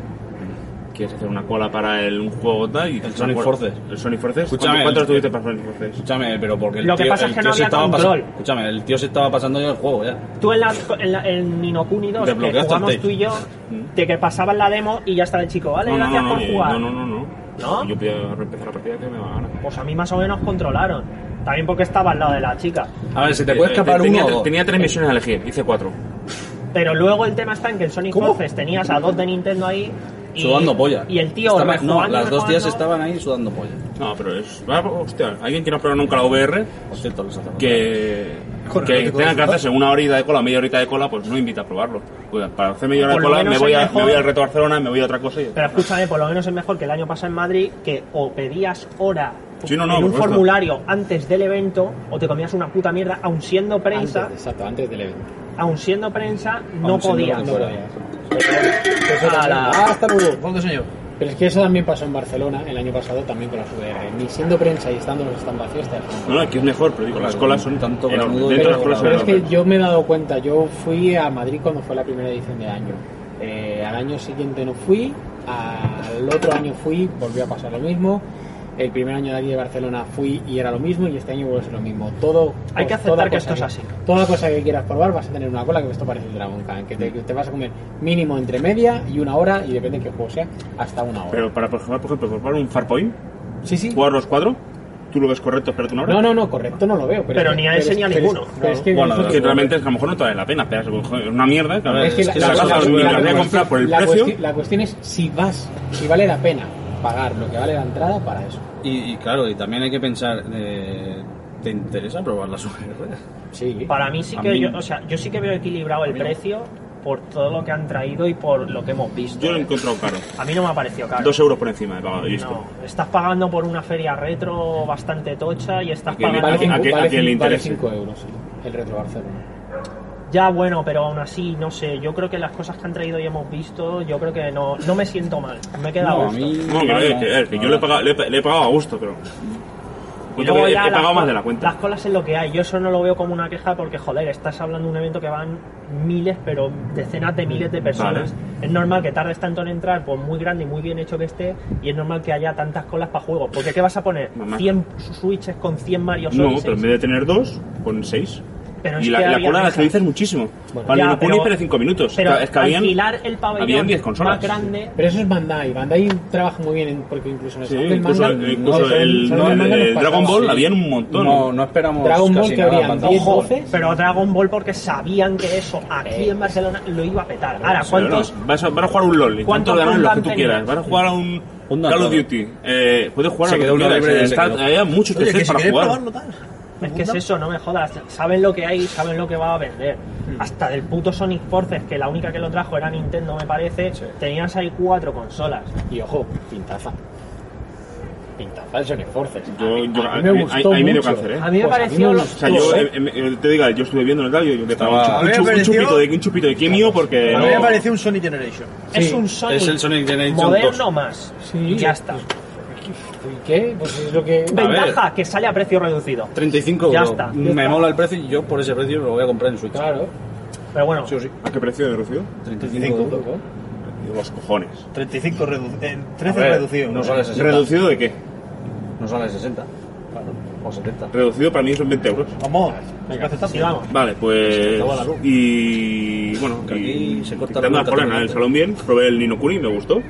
Speaker 3: Quieres hacer una cola para el, un juego tal y...
Speaker 2: El Sonic Forces.
Speaker 3: El Sonic Forces.
Speaker 2: Escúchame,
Speaker 3: ¿Cuántos
Speaker 2: el-
Speaker 3: tuviste para Sonic Forces?
Speaker 2: Escúchame, pero porque el
Speaker 1: Lo que
Speaker 2: tío,
Speaker 1: pasa es
Speaker 2: el
Speaker 1: que
Speaker 2: tío
Speaker 1: no
Speaker 2: se
Speaker 1: había
Speaker 2: estaba pas-
Speaker 1: control.
Speaker 2: Escúchame, el tío se estaba pasando ya el juego ya.
Speaker 1: Tú en, la, en, la- en Ninokuni 2, que
Speaker 2: Desbloqueaste el
Speaker 1: jugamos
Speaker 2: tape.
Speaker 1: tú y yo, de que pasaban la demo y ya estaba el chico, vale, gracias
Speaker 3: no, no,
Speaker 1: por
Speaker 3: eh,
Speaker 1: jugar.
Speaker 3: no, no, no, no.
Speaker 1: ¿No?
Speaker 3: Yo podía empezar la partida que me daba gana.
Speaker 1: Pues a mí más o menos controlaron. También porque estaba al lado de la chica.
Speaker 2: A ver, si te
Speaker 3: Eh,
Speaker 2: puede
Speaker 3: eh,
Speaker 2: escapar
Speaker 3: tenía,
Speaker 2: uno o dos.
Speaker 3: tenía tres misiones a elegir, hice cuatro.
Speaker 1: Pero luego el tema está en que el Sonic
Speaker 2: ¿Cómo?
Speaker 1: Forces tenías a dos de Nintendo ahí. Y,
Speaker 2: Sudando polla.
Speaker 1: Y el tío.
Speaker 2: Estaba-
Speaker 1: rejugando,
Speaker 2: no, las dos
Speaker 1: rejugando.
Speaker 2: tías estaban ahí sudando polla.
Speaker 3: No, pero es... ah, Hostia, alguien que no ha probado nunca la VR,
Speaker 2: Por cierto, los hacemos.
Speaker 3: que,
Speaker 5: Con el
Speaker 3: que
Speaker 5: Atlético de
Speaker 3: tengan que
Speaker 5: Bilbao.
Speaker 3: hacerse una horita de cola, media horita de cola, pues no invita a probarlo. Pues, Para hacer media hora de
Speaker 1: Por lo
Speaker 3: cola
Speaker 1: menos
Speaker 3: me voy,
Speaker 1: es
Speaker 3: a,
Speaker 1: mejor-
Speaker 3: me voy al Reto Barcelona, me voy a otra cosa y...
Speaker 1: Pero escúchame, por lo menos es mejor que el año pasado en Madrid que o pedías hora
Speaker 3: Sí, no, no,
Speaker 1: en un
Speaker 3: por supuesto.
Speaker 1: formulario antes del evento o te comías una puta mierda, aun siendo
Speaker 4: Antes,
Speaker 1: prensa,
Speaker 4: exacto, antes del evento.
Speaker 1: aun siendo prensa, no
Speaker 2: Aún siendo
Speaker 1: podías.
Speaker 2: que
Speaker 4: No
Speaker 2: fuera.
Speaker 4: podías.
Speaker 1: A la-
Speaker 5: Ah, hasta luego. ¿Dónde soy yo?
Speaker 4: Pero es que eso también pasó en Barcelona el año pasado, también con las VR. Ni siendo prensa y estando los stand vacíos, te dejaron.
Speaker 3: No, no, que es mejor, pero digo, las colas son
Speaker 2: Tanto
Speaker 3: enormes.
Speaker 2: granudo
Speaker 3: Dentro de las
Speaker 2: que-
Speaker 3: colas son
Speaker 4: Pero es que
Speaker 3: enormes.
Speaker 4: yo me he dado cuenta, yo fui a Madrid cuando fue la primera edición del año. Eh, al año siguiente no fui, al otro año fui, volvió a pasar lo mismo. El primer año de aquí de Barcelona fui y era lo mismo, y este año vuelve a ser lo mismo. Todo,
Speaker 1: Hay que
Speaker 4: toda
Speaker 1: aceptar que esto
Speaker 4: cosa
Speaker 1: es así.
Speaker 4: Toda cosa que quieras probar vas a tener una cola que esto parece el Dragon Khan, que
Speaker 3: Mm.
Speaker 4: te, que te vas a comer mínimo entre media y una hora, y depende de qué juego sea, hasta una hora.
Speaker 3: Pero para, por ejemplo, por ejemplo, jugar un Farpoint,
Speaker 4: sí, sí.
Speaker 3: jugar los cuatro, tú lo ves correcto, espérate una hora.
Speaker 4: No, no, no, correcto no lo veo. Pero,
Speaker 1: Pero
Speaker 4: es que-
Speaker 1: ni a ese
Speaker 4: es-
Speaker 1: ni a
Speaker 4: pero es-
Speaker 1: ninguno.
Speaker 4: pero es que-
Speaker 2: Bueno,
Speaker 3: Es que realmente es que a lo mejor no te vale la pena, pero es una mierda. claro.
Speaker 2: Es que la- la-
Speaker 3: casa
Speaker 2: la-
Speaker 3: los niños
Speaker 2: la-
Speaker 3: la voy a comprar por el
Speaker 4: la
Speaker 3: precio.
Speaker 4: cuestión- la cuestión es si vas, si vale la pena pagar lo que vale la entrada para eso.
Speaker 2: Y, y claro, y también hay que pensar, eh, ¿te interesa probar las VR?
Speaker 4: Sí.
Speaker 1: Para mí sí
Speaker 2: A
Speaker 1: que
Speaker 2: mí-
Speaker 1: yo, o sea, yo sí que veo equilibrado el precio por todo lo que han traído y por lo que hemos visto.
Speaker 3: Yo lo he encontrado caro.
Speaker 1: A mí no me ha parecido caro.
Speaker 3: Dos euros por encima he pagado, y listo.
Speaker 1: No, estás pagando por una feria retro bastante tocha y estás
Speaker 3: Y que le-
Speaker 1: pagando...
Speaker 4: vale
Speaker 3: a que-
Speaker 4: 5
Speaker 3: a que le interese.
Speaker 4: euros sí, el Retro Barcelona.
Speaker 1: Ya bueno, pero aún así, no sé, yo creo que las cosas que han traído y hemos visto, yo creo que no, no me siento mal, me he quedado
Speaker 2: No, a
Speaker 1: gusto.
Speaker 2: mí...
Speaker 3: No, que, eh, que, eh, que yo le he, pagado, le, he- le he pagado a gusto, pero.
Speaker 1: Y
Speaker 3: Cuento
Speaker 1: luego
Speaker 3: que he,
Speaker 1: ya
Speaker 3: he
Speaker 1: las
Speaker 3: pagado
Speaker 1: co-
Speaker 3: más de la cuenta.
Speaker 1: Las colas es lo que hay, yo eso no lo veo como una queja porque, joder, estás hablando de un evento que van miles, pero decenas de miles de personas. Es normal que tardes tanto en entrar, por muy grande y muy bien hecho que esté, y es normal que haya tantas colas para juegos. Porque ¿qué vas a poner?
Speaker 3: Mamá.
Speaker 1: 100 switches con 100 Mario
Speaker 3: No,
Speaker 1: Odysseys?
Speaker 3: pero en vez de tener dos, con seis.
Speaker 1: Pero
Speaker 3: y
Speaker 1: es
Speaker 3: la,
Speaker 1: que
Speaker 3: la
Speaker 1: había
Speaker 3: cola la
Speaker 1: mesas.
Speaker 3: agiliza muchísimo.
Speaker 4: Bueno,
Speaker 3: Para
Speaker 1: Ya,
Speaker 3: Ninokuni
Speaker 1: pero-
Speaker 3: pero cinco minutos.
Speaker 1: Pero
Speaker 3: es que habían,
Speaker 1: alquilar el
Speaker 3: habían
Speaker 1: pabellón
Speaker 3: diez consolas.
Speaker 1: más grande
Speaker 4: Pero eso es Bandai. Bandai trabaja muy bien en- porque incluso en el
Speaker 3: Sí,
Speaker 4: stand del
Speaker 3: incluso,
Speaker 4: manga.
Speaker 3: eh, incluso
Speaker 4: no,
Speaker 3: el,
Speaker 4: stand del
Speaker 3: el-
Speaker 4: manga
Speaker 3: el
Speaker 4: nos pasaba.
Speaker 3: Dragon Ball
Speaker 4: Sí.
Speaker 3: había un montón.
Speaker 2: No, no esperamos
Speaker 4: Dragon Ball
Speaker 2: casi
Speaker 4: que
Speaker 2: nada,
Speaker 4: habrían
Speaker 2: mandado.
Speaker 4: 10,
Speaker 2: Joder.
Speaker 4: 12.
Speaker 1: Pero Dragon Ball porque sabían que eso aquí en Barcelona lo iba a petar. Ahora,
Speaker 3: Pero
Speaker 1: ¿cuántos?
Speaker 3: no, vas, a, vas a jugar un LOL,
Speaker 1: ¿Cuántos
Speaker 3: ¿cuántos ganan lo que
Speaker 1: Gundam
Speaker 3: tú
Speaker 1: tenía?
Speaker 3: quieras? Vas a jugar a un
Speaker 2: Un
Speaker 3: Call of
Speaker 2: Gundam.
Speaker 3: Duty. Eh, puedes jugar
Speaker 2: Se
Speaker 3: a lo que
Speaker 2: quedó
Speaker 3: tú
Speaker 2: uno
Speaker 3: quieras.
Speaker 2: libre y
Speaker 3: eh,
Speaker 2: se
Speaker 3: está-
Speaker 2: quedó.
Speaker 3: Había muchos
Speaker 5: Oye, que
Speaker 3: PCs
Speaker 5: si
Speaker 3: para
Speaker 5: queréis
Speaker 3: jugar.
Speaker 5: probarlo, tal.
Speaker 1: Es que es eso, no me jodas. Saben lo que hay, saben lo que va a vender.
Speaker 5: Hmm.
Speaker 1: Hasta del puto Sonic Forces, que la única que lo trajo era Nintendo, me parece, tenías ahí cuatro consolas.
Speaker 4: Y ojo, pintaza. Pintaza el Sonic Forces.
Speaker 3: Yo, yo,
Speaker 4: a
Speaker 3: a-
Speaker 4: mí me
Speaker 3: hay-
Speaker 4: gustó
Speaker 3: hay medio
Speaker 4: mucho.
Speaker 3: cáncer, ¿eh?
Speaker 1: A mí me
Speaker 4: Pues a mí
Speaker 1: pareció...
Speaker 4: me
Speaker 1: lo-
Speaker 4: gustó.
Speaker 3: O sea, yo,
Speaker 4: ¿eh?
Speaker 3: eh, em, eh, te diga, yo estuve viendo en el radio y yo que estaba
Speaker 2: Estaba-
Speaker 3: un,
Speaker 5: A mí me
Speaker 3: chu- un
Speaker 5: pareció-
Speaker 3: chupito de un chupito de quimio porque
Speaker 5: A mí me
Speaker 3: no-
Speaker 5: pareció un Sonic Generation.
Speaker 1: es
Speaker 4: Sí.
Speaker 1: un Sonic,
Speaker 2: Es el Sonic Generation
Speaker 1: moderno
Speaker 2: 2.
Speaker 1: más.
Speaker 4: Sí.
Speaker 1: Y ya está.
Speaker 4: ¿Y qué? Pues es lo que...
Speaker 1: Ventaja, que sale a precio reducido.
Speaker 2: 35
Speaker 1: Ya
Speaker 2: euros.
Speaker 1: está, ya
Speaker 2: Me
Speaker 1: está.
Speaker 2: mola el precio y yo por ese precio lo voy a comprar en Switch.
Speaker 4: Claro.
Speaker 1: Pero bueno,
Speaker 2: Sí o sí.
Speaker 3: ¿A qué precio de reducido?
Speaker 2: 35 euros.
Speaker 3: De los cojones.
Speaker 5: 35 reducido.
Speaker 2: A
Speaker 5: 13
Speaker 2: ver,
Speaker 5: eh, reducido.
Speaker 2: No sale 60.
Speaker 3: ¿Reducido de qué?
Speaker 2: No sale 60. O 70.
Speaker 3: Reducido para mí son 20 euros.
Speaker 5: Vamos, me
Speaker 1: venga,
Speaker 5: parece tanto.
Speaker 1: sigamos.
Speaker 3: Vale, pues.
Speaker 2: acaba la luz.
Speaker 3: Y. Bueno,
Speaker 2: Que
Speaker 3: y,
Speaker 2: aquí se corta la
Speaker 3: quitando
Speaker 2: luz
Speaker 3: la cola en el
Speaker 2: totalmente.
Speaker 3: salón bien, probé el Nino Kuni, me gustó.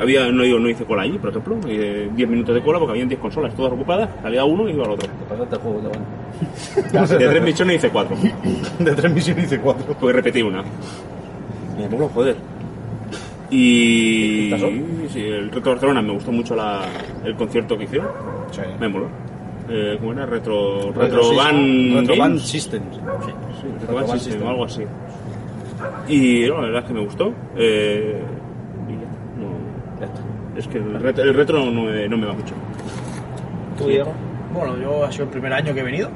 Speaker 3: Había, no, yo no hice cola allí, por ejemplo, eh, 10 minutos de cola porque habían 10 consolas todas ocupadas, salía uno y iba al otro.
Speaker 2: Te pasaste el juego, te
Speaker 3: De 3 misiones hice 4,
Speaker 6: De tres misiones hice cuatro.
Speaker 3: pues repetí una. Me pongo joder. Y.
Speaker 2: ¿Te pasó?
Speaker 3: Sí, el Reto Barcelona me gustó mucho la, el concierto que hicieron,
Speaker 2: van.
Speaker 3: me moló. Eh, ¿Cómo era? Retro.
Speaker 2: Retro
Speaker 3: Retro Van.
Speaker 2: Retroban
Speaker 3: Games.
Speaker 2: Systems. Sí,
Speaker 3: Retroban System, o algo así. Y no, la verdad es que me gustó. Eh, y ya, no, ya está. Es que el retro, el retro no, me, no me va mucho.
Speaker 1: Tú, Diego.
Speaker 5: Bueno, yo ha sido el primer año que he venido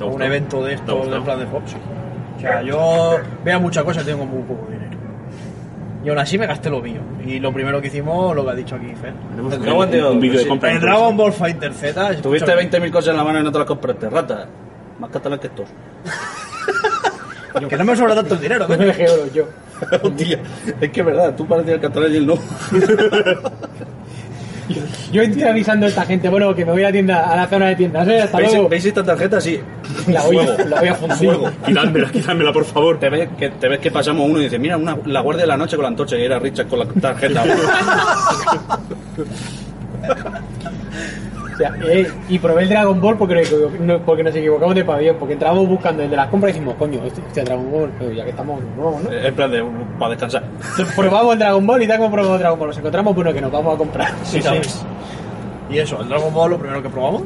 Speaker 5: a un
Speaker 3: gustó?
Speaker 5: evento de
Speaker 3: ¿Te ha
Speaker 5: estos
Speaker 3: gustado?
Speaker 5: de plan de Fox. O sea, yo veo muchas cosas y tengo muy poco dinero. Y aún así me gasté lo mío. Y lo primero que hicimos, lo que ha dicho aquí Fer.
Speaker 3: Tenemos
Speaker 2: El Dragon
Speaker 3: un,
Speaker 2: Ball,
Speaker 3: un vídeo de
Speaker 2: sí.
Speaker 3: compra.
Speaker 5: El Dragon Ball Fighter Z. es-
Speaker 2: Tuviste 20.000 cosas en la mano y no te las compraste. Rata. Más catalán que estos.
Speaker 5: Que no me sobra tanto el dinero,
Speaker 4: No me
Speaker 5: coño.
Speaker 4: dejé oro yo.
Speaker 2: Hostia, es que es verdad, tú parecías el catalán y él no.
Speaker 4: Yo estoy avisando a esta gente, bueno, que me voy a la tienda, a la zona de tiendas, ¿eh? Hasta
Speaker 2: ¿Veis,
Speaker 4: luego.
Speaker 2: ¿Veis esta tarjeta? Sí.
Speaker 4: La voy,
Speaker 2: Fuego.
Speaker 4: la voy a fundir.
Speaker 2: Fuego.
Speaker 3: Quitádmela, quitádmela, por favor.
Speaker 2: Te ves, que, te ves que pasamos uno y dices, mira, una, la guardia de la noche con la antorcha y era Richard con la tarjeta.
Speaker 4: O sea, eh, y probé el Dragon Ball porque, no- no- porque nos equivocamos de pabellón, porque entrábamos buscando el de las compras y dijimos, coño, este, este Dragon Ball, pero ya que estamos, nos vamos, ¿no?
Speaker 2: Eh, en plan de, para descansar.
Speaker 4: Entonces, probamos el Dragon Ball y tal como probamos el Dragon Ball, nos encontramos uno que nos vamos a comprar.
Speaker 5: Sí,
Speaker 4: ¿sabes?
Speaker 5: sí. Y eso, el Dragon Ball, lo primero que probamos.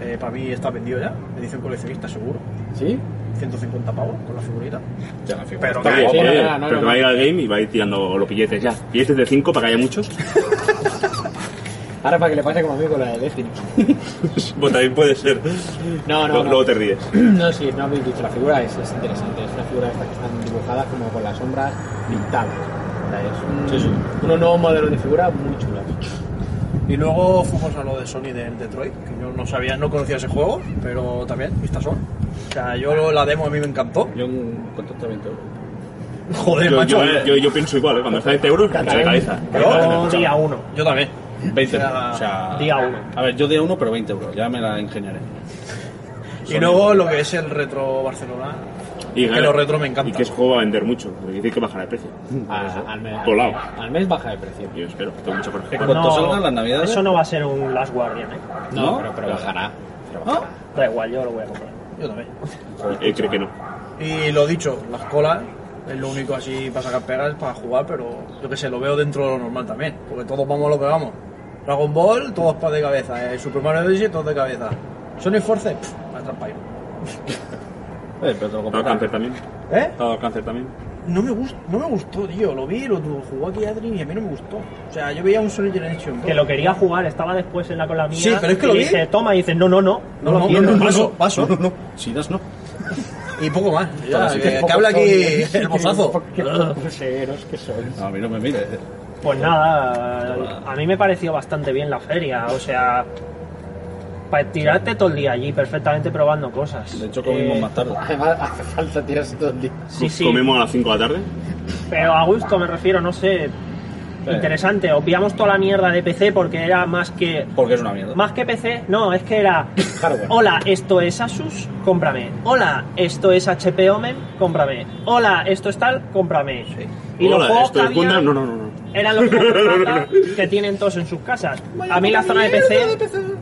Speaker 5: eh, para mí está vendido ya. Edición coleccionista, seguro.
Speaker 4: ¿Sí?
Speaker 5: 150 pavos con la figurita.
Speaker 2: Ya la figura.
Speaker 5: Pero
Speaker 3: Está
Speaker 5: que-
Speaker 3: bien,
Speaker 4: sí, no,
Speaker 3: eh,
Speaker 4: no, no,
Speaker 3: pero
Speaker 4: no,
Speaker 3: que
Speaker 4: no.
Speaker 3: va a ir al game y va a ir tirando los billetes ya. Billetes de 5 para que haya muchos.
Speaker 4: Ahora para que le pase como a mí con la de Destiny.
Speaker 3: pues también puede ser.
Speaker 4: No, no,
Speaker 3: Luego-
Speaker 4: no.
Speaker 3: Luego te ríes.
Speaker 4: No, sí, no habéis dicho, la figura es, es interesante, es una figura de estas que están dibujadas como con las sombras pintadas. O sea, es un, unos nuevos modelos de figura muy chulos.
Speaker 5: Y luego fuimos a lo de Sony del Detroit, que yo no sabía, no conocía ese juego, pero también, vista son. O sea, yo lo- la demo a mí me encantó.
Speaker 2: Yo un contacto de 20 euros.
Speaker 5: Joder,
Speaker 3: Yo,
Speaker 5: macho.
Speaker 3: yo, yo, yo pienso igual, ¿eh? cuando está 20 euros, me sale cabeza.
Speaker 1: Oh, Yo, día uno.
Speaker 5: Yo también.
Speaker 2: 20
Speaker 5: O sea,
Speaker 2: euros. O sea,
Speaker 1: día uno.
Speaker 2: A ver, yo día uno, pero 20 euros. Ya me la ingeniaré.
Speaker 5: Y luego lo que es el retro Barcelona.
Speaker 3: Y,
Speaker 5: que los retro me encantan.
Speaker 3: Y que ese juego va a vender mucho. porque Dice que bajará el precio.
Speaker 4: A- Ah, al, mes,
Speaker 3: Volado.
Speaker 4: al mes baja de precio.
Speaker 3: Yo espero, tengo mucho por
Speaker 2: En cuanto salgan las navidades.
Speaker 1: Eso no va a ser un Last Guardian, ¿eh?
Speaker 4: No,
Speaker 2: ¿No?
Speaker 4: pero, pero bajará. Pero
Speaker 2: ¿Ah?
Speaker 4: bajará.
Speaker 1: Da igual, yo lo voy a comprar.
Speaker 5: Yo también.
Speaker 3: Eh, creo que no.
Speaker 5: Y lo dicho, las colas es lo único así para sacar pegas, para jugar, pero yo que sé, lo veo dentro de lo normal también, porque todos vamos a lo que vamos. Dragon Ball, todos pa' de cabeza. eh, Super Mario Odyssey, todos de cabeza. Sony Force, pff, la trampa ahí.
Speaker 2: Eh, pero te lo
Speaker 3: Estaba
Speaker 2: compraré.
Speaker 3: cáncer también.
Speaker 5: ¿Eh?
Speaker 3: Estaba cáncer también.
Speaker 5: No me, gustó, no me gustó, tío. Lo vi, lo tuvo- jugó aquí Adri y a mí no me gustó. O sea, yo veía un Sonic Generation.
Speaker 1: Que lo quería jugar, estaba después en la cola mía.
Speaker 5: Sí, pero es que lo
Speaker 1: y
Speaker 5: vi.
Speaker 1: dice, toma, y dice, no, no, no.
Speaker 5: No, no, no, no, paso,
Speaker 2: No,
Speaker 5: paso.
Speaker 2: no, no. Si das, no.
Speaker 5: Y poco más. Ya,
Speaker 2: Así que
Speaker 5: que, que
Speaker 4: Pocos
Speaker 5: habla aquí
Speaker 4: son, ¿eh?
Speaker 5: el bozazo.
Speaker 4: Qué groseros que son.
Speaker 2: No, a mí no me mires.
Speaker 1: Pues nada, a mí me pareció bastante bien la feria, o sea, para tirarte todo el día allí perfectamente probando cosas.
Speaker 2: De hecho, comimos
Speaker 1: Eh,
Speaker 2: más tarde.
Speaker 4: Además, hace falta tirarse todo el día.
Speaker 1: Sí, sí,
Speaker 3: Comemos a las 5 de la tarde.
Speaker 1: pero a gusto me refiero, no
Speaker 2: Eh.
Speaker 1: sé, interesante. Obviamos toda la mierda de PC porque era más que...
Speaker 2: Porque es una mierda.
Speaker 1: Más que PC, no, es que era...
Speaker 4: Hardware.
Speaker 1: Hola, esto es Asus, cómprame. Hola, esto es HP Omen, cómprame. Hola, esto es tal, cómprame. Y los
Speaker 3: Hola,
Speaker 1: juegos
Speaker 3: esto
Speaker 1: que
Speaker 3: es
Speaker 1: había-
Speaker 3: Gundam. No, no, no. no.
Speaker 1: eran los juegos de plata que tienen todos en sus casas. A mí la zona de PC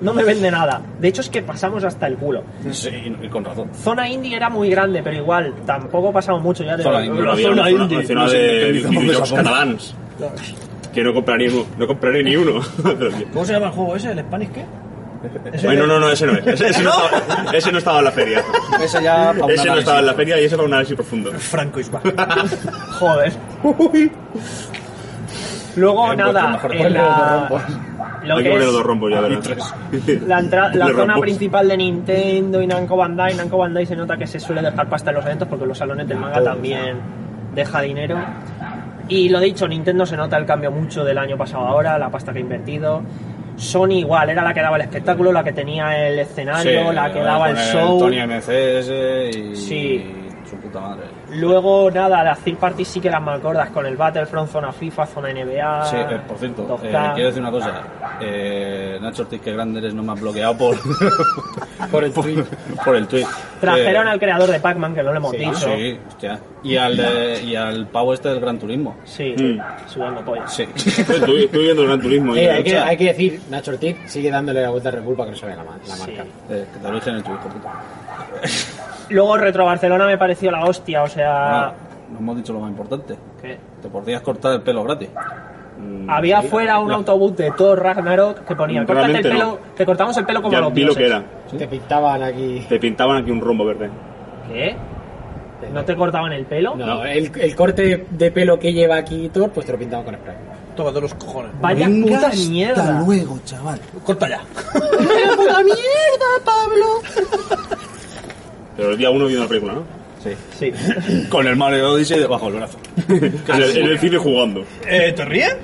Speaker 1: no me vende nada. De hecho es que pasamos hasta el culo.
Speaker 2: Sí, y y con razón.
Speaker 1: Zona indie era muy grande, pero igual tampoco pasamos mucho ya de
Speaker 2: Zona indie,
Speaker 3: Bueno,
Speaker 1: la
Speaker 3: había
Speaker 1: zona
Speaker 3: una zona
Speaker 1: indie.
Speaker 3: nacional
Speaker 2: no sé,
Speaker 3: de
Speaker 2: entendí, ¿cómo
Speaker 3: videojuegos
Speaker 2: esa zona?
Speaker 3: catalans. Que no compraré, ni- no compraré ni uno. Pero bien.
Speaker 5: ¿Cómo se llama el juego ese? ¿El Spanish qué? Ese
Speaker 3: Ay, no,
Speaker 5: de-
Speaker 3: no, no, ese no es. Ese, ese no, estaba, ese no estaba en la feria.
Speaker 2: Ese ya para un
Speaker 3: Ese no
Speaker 2: análisis.
Speaker 3: estaba en la feria y ese fue un análisis profundo.
Speaker 5: Franco Isma.
Speaker 1: Joder. Luego
Speaker 2: Eh, pues, lo
Speaker 1: nada,
Speaker 2: mejor
Speaker 1: en
Speaker 2: poner
Speaker 1: la, lo
Speaker 3: Hay
Speaker 1: que
Speaker 3: que poner
Speaker 1: es
Speaker 3: dos rombos, ya verás.
Speaker 1: la, entra- la
Speaker 3: Le
Speaker 1: zona
Speaker 3: rompos.
Speaker 1: principal de Nintendo y Namco Bandai. Namco Bandai se nota que se suele dejar pasta en los eventos porque los salones del manga también deja dinero. Y lo dicho, Nintendo se nota el cambio mucho del año pasado a ahora, la pasta que ha invertido. Sony igual, era la que daba el espectáculo, la que tenía el escenario, la que daba el
Speaker 2: poner
Speaker 1: show.
Speaker 2: Tony MCS y,
Speaker 1: Sí.
Speaker 2: y su puta madre.
Speaker 1: Luego, nada, las third parties sí que las más gordas con el Battlefront, zona FIFA, zona NBA.
Speaker 2: Sí, eh, por cierto,
Speaker 1: 2K.
Speaker 2: eh, quiero decir una cosa. Eh, Nacho Ortiz, que grande eres, no me has bloqueado por,
Speaker 4: Por el tweet.
Speaker 2: por el tweet.
Speaker 1: Trajeron
Speaker 2: Eh,
Speaker 1: al creador de Pac-Man, que no lo hemos
Speaker 4: Sí,
Speaker 2: ah,
Speaker 1: dicho.
Speaker 2: Sí, hostia. Y al, de- y al pavo este del Gran Turismo.
Speaker 1: Sí,
Speaker 3: Mm.
Speaker 1: sudando pollas.
Speaker 2: Sí. Eh,
Speaker 3: Estoy, estoy viendo el Gran Turismo. y-
Speaker 4: Eh, hay, que, hay que decir, Nacho Ortiz sigue dándole la vuelta a Red Bull para que no se vea la, ma- la
Speaker 1: Sí.
Speaker 4: marca.
Speaker 2: Eh, que te lo dije en el tweet, hijo puta.
Speaker 1: Luego Retro Barcelona me pareció la hostia, o sea...
Speaker 2: No, no hemos dicho lo más importante.
Speaker 1: que
Speaker 2: Te podrías cortar el pelo gratis.
Speaker 1: Había fuera un autobús de Thor Ragnarok que ponía, córtate el
Speaker 3: Realmente
Speaker 1: pelo, te cortamos el pelo como
Speaker 3: ya
Speaker 1: los
Speaker 3: vi lo que
Speaker 1: dioses".
Speaker 3: era.
Speaker 4: Te pintaban aquí.
Speaker 3: Te pintaban aquí un rombo verde.
Speaker 1: ¿Qué? ¿No te cortaban el pelo?
Speaker 4: No, El, el corte de pelo que lleva aquí Thor, pues te lo pintaban con spray.
Speaker 5: Tócate los cojones.
Speaker 1: Vaya puta mierda.
Speaker 6: luego, chaval.
Speaker 5: Corta ya.
Speaker 3: Pero el día uno vi una película, ¿no?
Speaker 1: Sí.
Speaker 2: Con el Mario Odyssey debajo del brazo.
Speaker 3: En el, en el cine jugando.
Speaker 5: Eh, ¿Te ríes?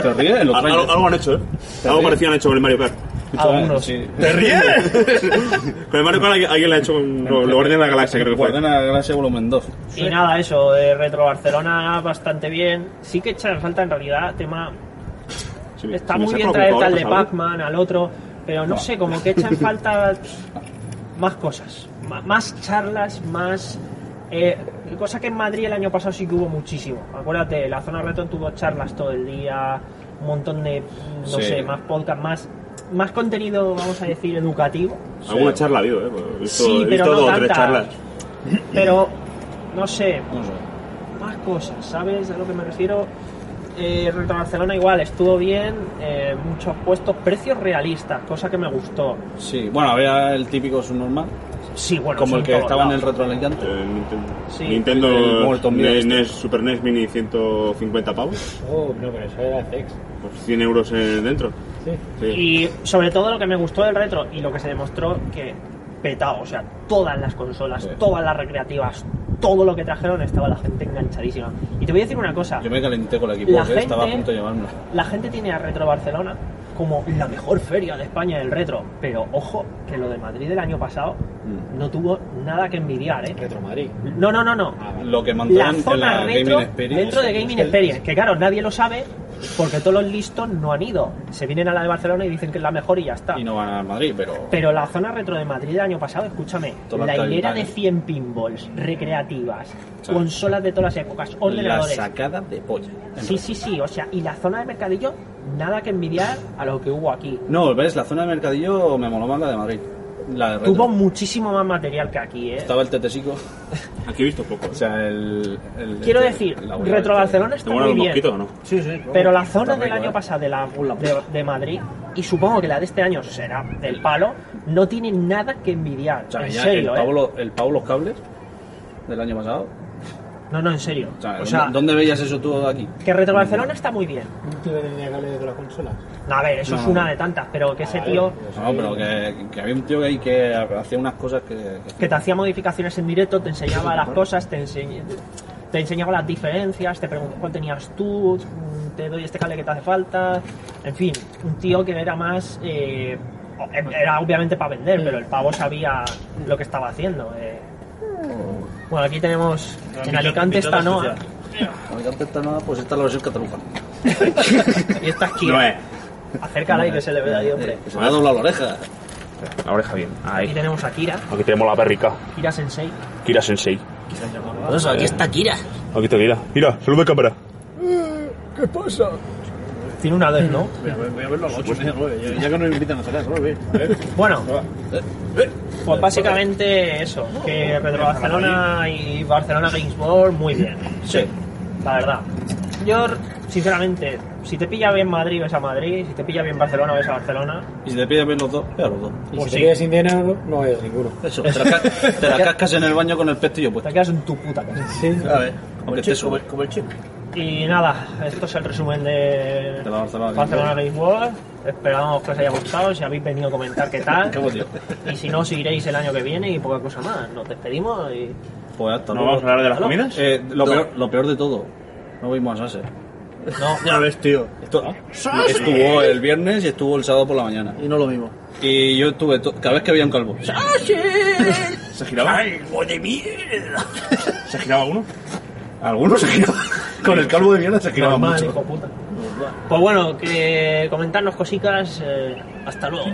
Speaker 2: ¿Te ríes? En los
Speaker 3: Al- al- Algo,
Speaker 2: trailers.
Speaker 3: han hecho, ¿eh? Algo
Speaker 2: ríes?
Speaker 3: parecido han hecho con el Mario Kart.
Speaker 1: Algunos.
Speaker 2: Sí.
Speaker 5: ¿Te ríes?
Speaker 3: Con el Mario Kart alguien- alguien le ha hecho con lo- los Guardianes de la Galaxia, creo que fue.
Speaker 2: Guardián de la Galaxia volumen 2.
Speaker 1: Y nada, eso, de Retro Barcelona bastante bien. Sí que echan falta en realidad tema...
Speaker 3: Si me-
Speaker 1: Está
Speaker 3: si me
Speaker 1: muy
Speaker 3: saco
Speaker 1: bien
Speaker 3: la
Speaker 1: traer tal
Speaker 3: computadora,
Speaker 1: de
Speaker 3: por favor.
Speaker 1: Pac-Man al otro, pero no sé, como que echan falta más cosas, ma- más charlas, más... eh, cosa que en Madrid el año pasado sí que hubo muchísimo. Acuérdate, la zona retro tuvo charlas todo el día, un montón de, no
Speaker 2: Sí.
Speaker 1: sé, más podcast, más, más contenido, vamos a decir, educativo.
Speaker 3: Alguna charla ha habido, ¿eh? He visto,
Speaker 1: Sí,
Speaker 3: he
Speaker 1: pero
Speaker 3: visto
Speaker 1: no
Speaker 3: dos o tres
Speaker 1: tanta.
Speaker 3: charlas.
Speaker 1: Pero, no sé,
Speaker 2: No sé.
Speaker 1: más cosas, ¿sabes? A lo que me refiero. Eh, Retro Barcelona igual, estuvo bien, eh, muchos puestos, precios realistas, cosa que me gustó.
Speaker 2: Sí, bueno, había el típico subnormal,
Speaker 1: Sí, bueno,
Speaker 2: como
Speaker 1: son
Speaker 2: el que
Speaker 1: todos
Speaker 2: estaba en el
Speaker 1: lados.
Speaker 2: Retro Alicante.
Speaker 3: Eh, Nintendo,
Speaker 1: Sí.
Speaker 3: Nintendo
Speaker 2: El Molten Beer
Speaker 3: NES-
Speaker 2: este.
Speaker 3: NES, Super NES Mini 150 pavos,
Speaker 4: Oh, no, pero eso era sex.
Speaker 3: pues 100 euros eh, dentro.
Speaker 4: Sí.
Speaker 3: Sí.
Speaker 1: Y sobre todo lo que me gustó del retro y lo que se demostró que petado, o sea, todas las consolas, todas las recreativas, todo lo que trajeron estaba la gente enganchadísima. Y te voy a decir una cosa,
Speaker 2: Yo me calenté con la
Speaker 1: La
Speaker 2: equipo, que
Speaker 1: gente-
Speaker 2: estaba a punto de llevarme.
Speaker 1: la gente tiene a Retro Barcelona como la mejor feria de España del retro, pero ojo que lo de Madrid del año pasado
Speaker 2: Mm.
Speaker 1: no tuvo nada que envidiar, ¿eh?
Speaker 4: Retro Madrid.
Speaker 1: No, no, no, no.
Speaker 2: Lo que
Speaker 1: Ah, La
Speaker 2: mantuvieron en
Speaker 1: zona
Speaker 2: la
Speaker 1: retro
Speaker 2: Gaming Experience.
Speaker 1: dentro de Gaming Experience, que claro, nadie lo sabe porque todos los listos no han ido. Se vienen a la de Barcelona y dicen que es la mejor y ya está.
Speaker 2: Y no van a Madrid, pero.
Speaker 1: Pero la zona retro de Madrid del año pasado, escúchame,
Speaker 2: Toda
Speaker 1: la
Speaker 2: la
Speaker 1: hilera de
Speaker 2: calidad.
Speaker 1: 100 pinballs recreativas,
Speaker 2: Sí.
Speaker 1: consolas de todas las épocas,
Speaker 2: la
Speaker 1: ordenadores.
Speaker 2: sacada de polla.
Speaker 1: Sí, sí, sí, o sea, y la zona de mercadillo, nada que envidiar a lo que hubo aquí.
Speaker 2: No, ves, la zona de mercadillo me moló más la de Madrid. La de retro.
Speaker 1: Tuvo muchísimo más material que aquí, ¿eh?
Speaker 2: Estaba el tetesico.
Speaker 3: Aquí he visto poco.
Speaker 2: O sea, el. el-
Speaker 1: Quiero
Speaker 2: el-
Speaker 1: decir,
Speaker 2: la abuela
Speaker 1: Retro
Speaker 2: del-
Speaker 1: Barcelona está
Speaker 3: ¿Te molan
Speaker 1: muy
Speaker 3: los
Speaker 1: bien.
Speaker 3: mosquitos o no?
Speaker 5: Sí, sí.
Speaker 1: Pero la zona
Speaker 2: Está
Speaker 1: del
Speaker 2: rico,
Speaker 1: año
Speaker 2: ¿eh?
Speaker 1: pasado de, la, de, de Madrid, y supongo que la de este año será del palo, no tiene nada que envidiar.
Speaker 2: O sea,
Speaker 1: en
Speaker 2: ya
Speaker 1: serio,
Speaker 2: el,
Speaker 1: ¿eh?
Speaker 2: Pablo, el Pablo Los Cables del año pasado.
Speaker 1: No, no, en serio.
Speaker 2: O sea,
Speaker 1: O sea,
Speaker 2: ¿dónde, dónde veías eso tú aquí?
Speaker 1: que Retro Barcelona está muy bien.
Speaker 4: ¿Un tío de línea cable desde la consola?
Speaker 1: A ver, eso es
Speaker 2: No.
Speaker 1: una de tantas, pero que ese
Speaker 4: Ah,
Speaker 1: tío
Speaker 4: vale.
Speaker 2: No, pero que, que había un tío ahí que hacía unas cosas que.
Speaker 1: que te hacía modificaciones en directo, te enseñaba las cosas, te, enseñ- te enseñaba las diferencias, te preguntaba cuál tenías tú, mm, te doy este cable que te hace falta, en fin, un tío que era más... eh, o- era obviamente para vender, pero el pavo sabía lo que estaba haciendo. eh. Bueno, aquí tenemos... En Alicante está Noah
Speaker 2: No me contesta nada, pues esta es la versión cataluja.
Speaker 1: y está
Speaker 3: No,
Speaker 1: Kira.
Speaker 3: eh.
Speaker 1: Acércala y que se le vea ahí, hombre.
Speaker 2: Eh, que se me ha doblado la oreja.
Speaker 3: La oreja bien.
Speaker 1: Aquí
Speaker 3: Ahí.
Speaker 1: tenemos a Kira,
Speaker 3: Aquí tenemos la perrica.
Speaker 1: Kira Sensei.
Speaker 3: Kira Sensei.
Speaker 7: Pues aquí está Kira.
Speaker 3: Aquí está Kira. Kira, saluda a cámara.
Speaker 1: Tiene una vez, ¿no?
Speaker 6: Voy a, ver- voy a verlo a las 8 y media, 9. Ya, ya que nos invitan a cenar, ¿no? Ve, a ver.
Speaker 1: Bueno, pues básicamente eso, que Retro Barcelona y Barcelona Games World, muy bien,
Speaker 2: Sí.
Speaker 1: la verdad. Yo, sinceramente, si te pilla bien Madrid, ves a Madrid, si te pilla bien Barcelona, ves a Barcelona.
Speaker 2: Y si te pides ver los dos, ve a los dos.
Speaker 4: Y
Speaker 1: Pues
Speaker 4: si
Speaker 1: sí.
Speaker 4: te quedas sin dinero, no es ninguno.
Speaker 2: Eso, te la, ca- te la cascas en el baño con el pestillo puesto.
Speaker 1: Te quedas en tu puta casa.
Speaker 4: Sí.
Speaker 6: A ver.
Speaker 2: pues. Aunque esté solo.
Speaker 6: Como el chico.
Speaker 1: Y nada, esto es el resumen de
Speaker 2: De la Barcelona Games
Speaker 1: Barcelona Games World. Esperamos que os haya gustado, si habéis venido a comentar qué tal.
Speaker 2: Qué odio.
Speaker 1: y si no, seguiréis el año que viene y poca cosa más. Nos despedimos y...
Speaker 2: Pues hasta
Speaker 3: ¿No
Speaker 2: luego.
Speaker 3: vamos a hablar de las
Speaker 1: Halo.
Speaker 3: comidas?
Speaker 2: Eh, lo,
Speaker 6: No.
Speaker 2: peor, lo peor de todo, no vimos a Sase.
Speaker 1: No,
Speaker 6: Ya ves, tío.
Speaker 2: Esto- estuvo el viernes y estuvo el sábado por la mañana.
Speaker 6: Y no lo mismo.
Speaker 2: Y yo estuve to- cada vez que había un calvo.
Speaker 3: ¿Se giraba?
Speaker 7: de mierda!
Speaker 3: ¿Se giraba uno? Algunos se giraban. Con el calvo de mierda se giraba
Speaker 1: normal,
Speaker 3: mucho.
Speaker 1: hijo puta. Pues bueno, que comentarnos cositas. eh, hasta luego.